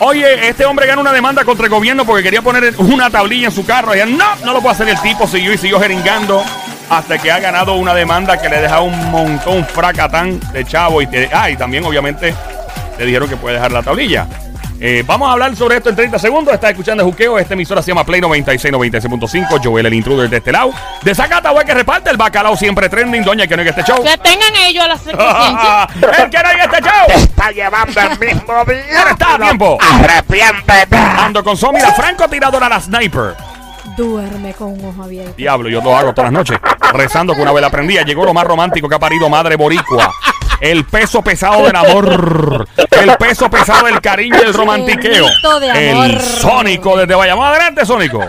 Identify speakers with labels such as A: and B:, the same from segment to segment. A: Oye, este hombre gana una demanda contra el gobierno porque quería poner una tablilla en su carro. Y él, no, no lo puede hacer el tipo. Siguió y siguió jeringando hasta que ha ganado una demanda que le deja un montón fracatán de chavo. Y, te- ah, y también, obviamente, le dijeron que puede dejar la tablilla. Eh, vamos a hablar sobre esto en 30 segundos. Está escuchando Juqueo. Esta emisora se llama Play 96, 96.5. Joel, el intruder de este lado. De Zacatahue que reparte el bacalao siempre trending. Doña, que no hay que este show.
B: Que tengan ellos la conciencia.
A: ¡El que no hay este show!
C: Está llevando el mismo día.
A: está a tiempo.
C: Arrepiéntete.
A: Ando con Somi, la francotiradora, la sniper.
D: Duerme con un ojo abierto.
A: Diablo, yo lo hago todas las noches. Rezando que una vez la aprendía. Llegó lo más romántico que ha parido madre boricua. El peso pesado del amor. El peso pesado del cariño y el romantiqueo.
D: grito de amor.
A: El Sónico desde Bayamón. Adelante, Sónico.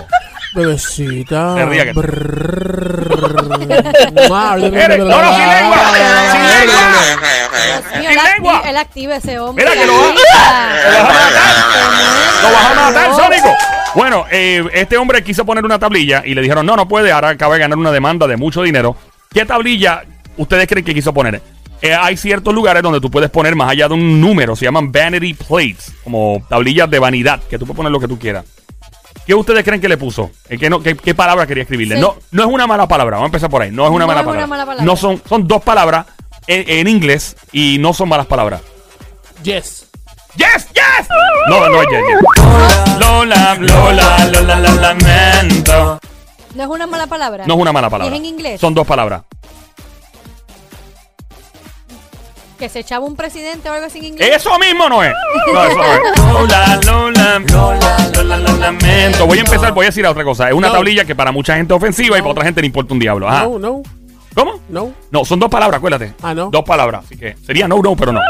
E: Bebecita.
A: Se ríe que-
E: Brrrr. Madre
A: Eres- no, no, sin lengua. Sin lengua.
D: Dios mío,
A: ¡Sin
D: él,
A: lengua!
D: acti- él activa ese hombre.
A: Mira que lo va-
D: Mira.
A: Lo vas a matar. Lo vas a matar, Sónico. Bueno, eh, este hombre quiso poner una tablilla y le dijeron, no, no puede, ahora acaba de ganar una demanda de mucho dinero. ¿Qué tablilla ustedes creen que quiso poner? Eh, hay ciertos lugares donde tú puedes poner más allá de un número, se llaman vanity plates, como tablillas de vanidad, que tú puedes poner lo que tú quieras. ¿Qué ustedes creen que le puso? Eh, ¿Qué, no- qué- qué palabra quería escribirle?
D: Sí.
A: No, no es una mala palabra, vamos a empezar por ahí. No es una,
D: No
A: mala,
D: es una
A: palabra.
D: mala palabra.
A: No son, son dos palabras en- en inglés y no son malas palabras.
E: Yes.
A: Yes, yes. No, no, yes, yes. Lola, Lola, Lola, la lamento.
D: No es una mala palabra.
A: No es una mala palabra.
D: Y es en inglés.
A: Son dos palabras.
D: Que se echaba un presidente o algo así en inglés.
A: Eso mismo no es. No, eso no es. Lola, Lola, Lola, Lola, la lamento. Voy a empezar, voy a decir otra cosa. Es una
E: No.
A: tablilla que para mucha gente es ofensiva y para otra gente le importa un diablo. Ajá.
E: No, no,
A: ¿Cómo?
E: no.
A: No, son dos palabras, acuérdate.
E: Ah, no.
A: Dos palabras. Así que sería no, no, pero no.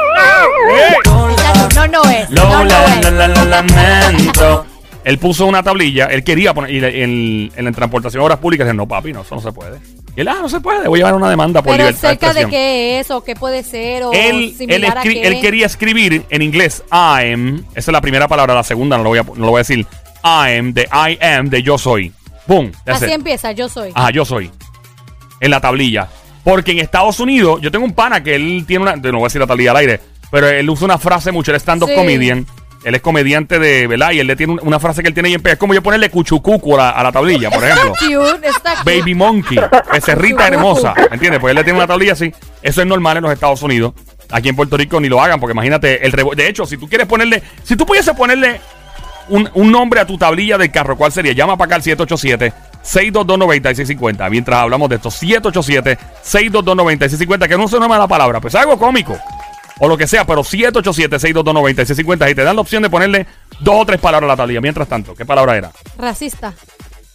D: Exacto, No, no es. No, no es.
A: lamento. Él puso una tablilla, él quería poner, y le- en, en la transportación de obras públicas, dice, no, papi, no, eso no se puede. Y él, ah, no se puede, voy a llevar una demanda por
D: Pero
A: libertad
D: cerca de
A: expresión.
D: qué es o qué puede ser o
A: Él, él,
D: similar a
A: escri-
D: qué.
A: él quería escribir en inglés I am, esa es la primera palabra, la segunda no lo voy a, no lo voy a decir, I am, de I am, de yo soy. Boom, that's
D: Así
A: it.
D: empieza, yo soy.
A: Ajá, yo soy. En la tablilla. Porque en Estados Unidos, yo tengo un pana que él tiene una. No voy a decir la tablilla al aire, pero él usa una frase mucho. Él es stand-up
D: Sí.
A: comedian. Él es comediante de. ¿Verdad? Y él le tiene un- una frase que él tiene ahí en pega. Es como yo ponerle cuchucucu a la, a la tablilla, por ejemplo.
D: Cute, está cute.
A: Baby Monkey, becerrita hermosa. ¿Entiendes? Pues él le tiene una tablilla así. Eso es normal en los Estados Unidos. Aquí en Puerto Rico ni lo hagan, porque imagínate el rebo- De hecho, si tú quieres ponerle. Si tú pudiese ponerle un, un nombre a tu tablilla del carro, ¿cuál sería? Llama para acá al 787-622-9650. Mientras hablamos de esto, 787-622-9650, que no se nombre la palabra, pues algo cómico. O lo que sea, pero 787-622-9650. Y te dan la opción de ponerle dos o tres palabras a la tablilla. Mientras tanto, ¿qué palabra era?
D: Racista.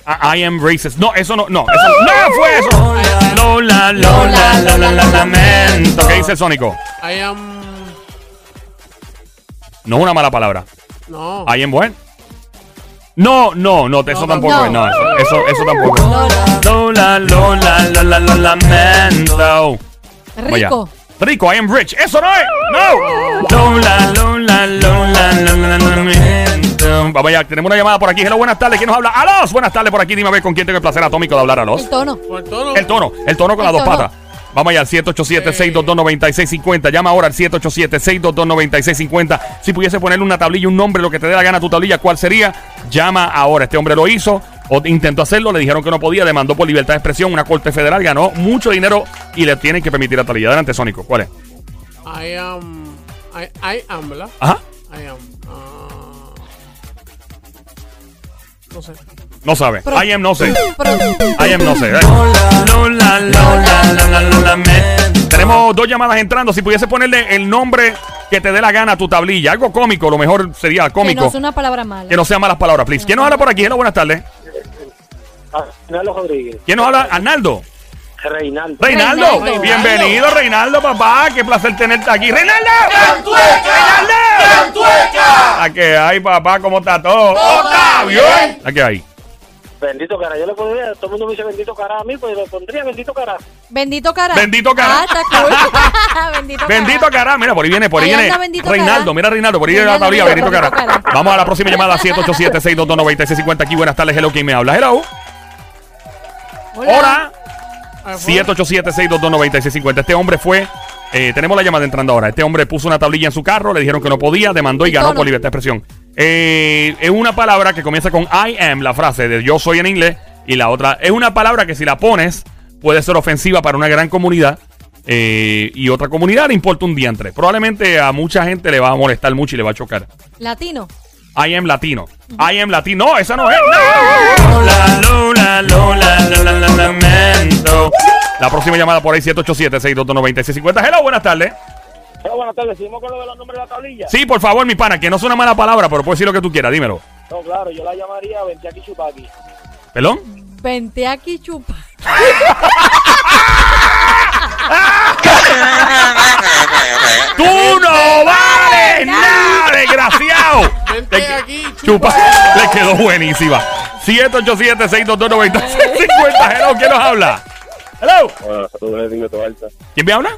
A: I, I am racist. No, eso no, no, eso no fue eso. Lola, Lola, Lola, Lola, lamento. ¿Qué dice el Sónico?
E: I am.
A: No es una mala palabra.
E: No.
A: I am buen. No, no, no, eso tampoco
D: no.
A: es. No, eso, eso, eso tampoco es. Lola, Lola, Lola, Lola, lamento. Vaya.
D: Rico.
A: Rico, I am rich. Eso no es. No. Lola, Lola, Lola, Lola, lamento. Vamos allá, tenemos una llamada por aquí. Hello, buenas tardes. ¿Quién nos habla? ¡Alos! Buenas tardes por aquí. Dime a ver con quién tengo el placer atómico de hablar, Alos.
D: El tono.
E: Por todo.
A: El tono, el tono con
D: El
A: las dos
D: tono.
A: patas. Vamos allá al 787-622-9650. Llama ahora al 787-622-9650. Si pudiese ponerle una tablilla, un nombre, lo que te dé la gana a tu tablilla, ¿cuál sería? Llama ahora. Este hombre lo hizo o intentó hacerlo, le dijeron que no podía, demandó por libertad de expresión una corte federal, ganó mucho dinero y le tienen que permitir la tablilla. Adelante, Sónico. ¿Cuál es?
E: I am. I, I am, ¿verdad?
A: Ajá.
E: I am. ah, no sé.
A: No sabe.
D: Pro-
A: I am no sé.
D: Pro-
A: I am no sé. eh. Dale. Tenemos dos llamadas entrando. Si pudiese ponerle el nombre que te dé la gana a tu tablilla, algo cómico, lo mejor sería
D: Que no
A: cómico.
D: es una palabra mala.
A: Que no sean malas palabras, please. ¿Quién nos habla por aquí? Hello, buenas tardes.
F: Arnaldo Rodríguez.
A: ¿Quién nos habla? Arnaldo.
F: Reinaldo.
A: Reinaldo.
D: Reinaldo.
A: Bienvenido, Reinaldo, papá. Qué placer tenerte aquí. ¡Reinaldo! ¡Reinaldo! La que hay, papá, ¿cómo está todo? ¡Está bien! La que hay.
F: Bendito cara. Yo le pondría, todo el mundo me dice bendito cara a mí, pues le pondría bendito cara.
D: Bendito cara.
A: Bendito cara.
D: Ah, está cool. Bendito cara.
A: Bendito cara, mira, por ahí viene, por ahí,
D: Ahí
A: viene.
D: anda Bendito Cará.
A: Reinaldo, mira Reinaldo, por ahí viene la
D: Reinaldo,
A: tablilla,
D: Bendito
A: Bendito cara.
D: Cará.
A: Vamos a la próxima llamada 787 622 50 aquí. Buenas tardes, hello, ¿quién me habla? Hello.
D: Hola. Ah,
A: Hola.
E: I am-
A: 787-622-9650. Este hombre fue. eh, tenemos la llamada entrando ahora. Este hombre puso una tablilla en su carro, le dijeron que no podía, demandó y
D: Y
A: ganó
D: todo.
A: por libertad de expresión. Eh, es una palabra que comienza con I am, la frase de yo soy en inglés, y la otra es una palabra que si la pones puede ser ofensiva para una gran comunidad eh, y otra comunidad le importa un diantre. Probablemente a mucha gente le va a molestar mucho y le va a chocar.
D: Latino.
A: I am latino. I am latino. No, esa no es. Lola, Lola, Lola, Lola, Lola, lamento. La próxima llamada por ahí, 787-622-9650. Hello, buenas tardes.
F: Pero buenas tardes, seguimos con lo de los nombres de la tablilla.
A: Sí, por favor, mi pana, que no es una mala palabra, pero puedes decir lo que tú quieras, dímelo.
F: No, claro, yo la llamaría Ventiaki Chupaki.
A: ¿Pelón?
D: Vente aquí, chupa.
A: ¡Tú no vales nada, desgraciado!
E: Vente
A: Le-
E: aquí,
A: Chupa,
E: chupa.
A: le quedó buenísima. 787-622-9650. Hello, ¿quién nos habla? Hello.
F: Hola, saludos, Edwin de Toalta.
A: ¿Quién me habla?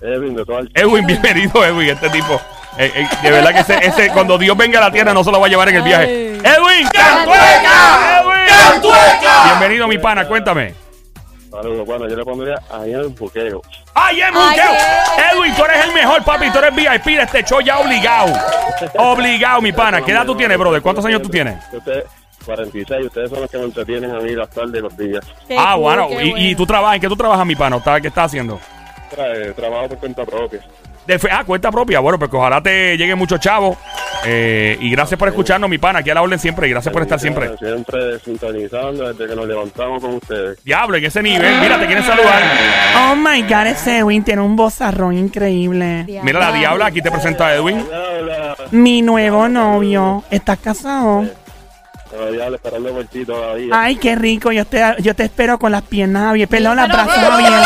F: Edwin de Toalta.
A: Edwin, bienvenido, Edwin, este tipo. Eh, eh, de verdad que ese, ese, cuando Dios venga a la tierra, no se lo va a llevar en el viaje.
D: Ay.
A: ¡Edwin! ¡Cantueca! ¡Edwin! ¡Cantueca! Bienvenido, mi pana, cuéntame.
F: Saludos, bueno, yo le pondría a un Buqueo.
A: ¡Ay, Edwin!
D: Ay,
A: ¿qué?
D: qué-
A: Edwin, tú eres el mejor, papi. Tú eres VIP de este show ya obligado. Obligado, mi pana. ¿Qué edad tú tienes, brother? ¿Cuántos años tú tienes?
F: Ustedes, 46, ustedes son los que me entretienen a mí las tardes y los días.
D: Qué
A: Ah,
D: cool,
A: bueno.
D: qué
A: ¿Y, y tú trabajas? ¿En qué tú trabajas, mi pana? ¿Qué estás haciendo?
F: Trae, eh, trabajo por cuenta propia.
A: De fe- ah, cuenta propia. Bueno, pues que ojalá te lleguen muchos chavos. Eh, y gracias por escucharnos, mi pana. Aquí a la orden siempre. Y gracias por estar siempre.
F: Siempre sintonizando desde que nos levantamos con ustedes.
A: Diablo, en ese nivel. Mira, te quieren saludar.
G: Oh my god, ese Edwin tiene un vozarrón increíble.
D: Diabla.
A: Mira, la diabla. Aquí te presenta a Edwin.
F: Hola,
G: Mi nuevo novio, ¿estás casado?
F: hola, esperando por ti todavía.
G: Ay, qué rico, yo te, yo te espero con las piernas abiertas, pelón, los
D: Pero-
G: brazos abiertos.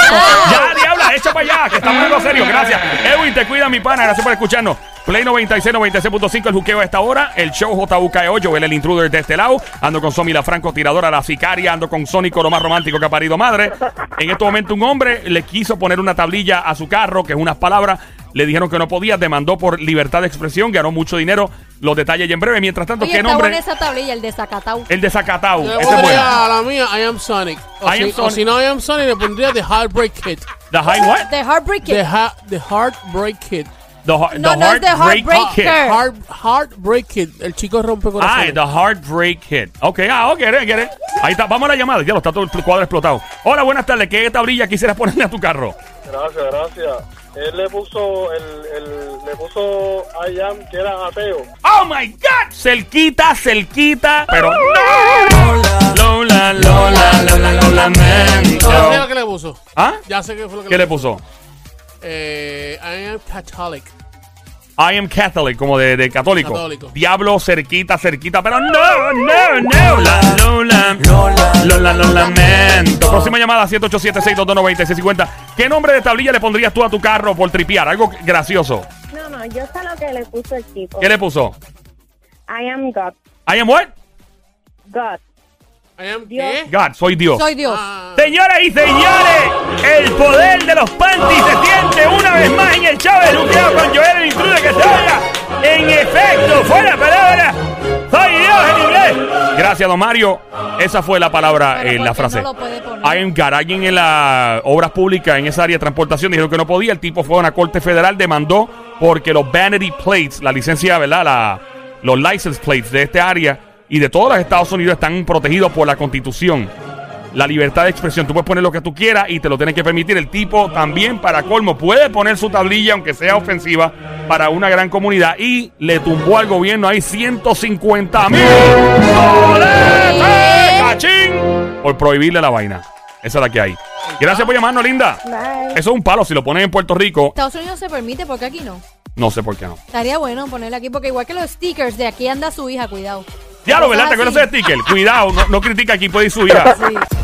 A: Ya, diabla, echa para allá, que estamos en lo serio. Gracias. Edwin, te cuida, mi pana. Gracias por escucharnos. Play 96, 96.5, el juqueo a esta hora. El show JUKE8, Joel el intruder de este lado. Ando con Somi, la francotiradora, la sicaria. Ando con Sónico, lo más romántico que ha parido madre. En este momento, un hombre le quiso poner una tablilla a su carro, que es unas palabras. Le dijeron que no podía, demandó por libertad de expresión, ganó mucho dinero. Los detalles ya en breve. Mientras tanto,
D: Oye,
A: ¿qué
D: está buena
A: nombre?
D: esa tablilla, el de Zacatau.
A: El de Zacatau.
E: Yo le
A: Ese Este es bueno.
E: pondría a la mía I Am Sonic. O,
A: I
E: si,
A: Am
E: o
A: Sonic.
E: si no I Am Sonic, le pondría The Heartbreak Kid.
A: The High What?
D: The Heartbreak Kid.
E: The, ha the Heartbreak Kid.
A: The, Heart-
D: No, no es The Heartbreak
A: Kid.
D: Kid.
E: Heart, heartbreak Kid. El chico rompe
A: Ah,
E: corazones.
A: The Heartbreak Kid. Ok, ah, ok, get it, get it. Ahí está, vamos a la llamada. Ya lo está todo el cuadro explotado. Hola, buenas tardes. ¿Qué tablilla quisieras ponerle a tu carro?
F: Gracias, gracias. Él le puso, el, el, le puso a Ian que era ateo.
A: ¡Oh my God! Cerquita, cerquita. Pero. Lola, Lola, Lola, Lola, lo lamento.
E: Ya sé lo que le puso.
A: ¿Ah?
E: Ya sé qué fue lo que
A: ¿Qué le puso?
E: Eh, I am Catholic.
A: I am Catholic, como de, de católico.
E: Católico.
A: Diablo, cerquita, cerquita. Pero no, no, no. La, Lola, Lola, Lola, lo lamento. Próxima llamada, 787-622-9650. ¿Qué nombre de tablilla le pondrías tú a tu carro por tripear? Algo gracioso.
H: No, no, yo sé lo que le puso el chico.
A: ¿Qué le puso?
H: I am God.
A: I am what?
H: God.
E: I am
H: Dios.
E: ¿qué?
A: God, soy Dios.
D: Soy Dios.
E: Ah,
A: Señoras y señores, el poder de los panties se siente una vez más en el chavo de Luqueo con Joel el intruder que se oiga. En efecto, fue la palabra. Soy Dios en inglés. Gracias, don Mario. Esa fue la palabra,
D: Pero
A: eh, la
D: ¿por qué
A: frase.
D: no lo puede poner?
A: Hay un alguien en las obras públicas, en esa área de transportación, dijeron que no podía. El tipo fue a una corte federal, demandó porque los vanity plates, la licencia, ¿verdad? La- los license plates de este área y de todos los Estados Unidos están protegidos por la constitución. La libertad de expresión. Tú puedes poner lo que tú quieras y te lo tienes que permitir. El tipo también, para colmo, puede poner su tablilla, aunque sea ofensiva, para una gran comunidad. Y le tumbó al gobierno ahí 150 mil dólares. ¡Cachín! Por prohibirle la vaina. Esa es la que hay. Gracias por llamarnos, linda.
H: Bye.
A: Eso es un palo. Si lo pones en Puerto Rico,
D: Estados Unidos se permite, porque aquí no.
A: no sé por qué no.
D: Estaría bueno ponerle aquí, porque igual que los stickers, de aquí anda su hija, cuidado.
A: Diablo,
D: Cosas
A: ¿verdad? ¿Te acuerdas de
D: así.
A: ese sticker? Cuidado, no, no critica aquí, puede ir su hija.
D: Sí.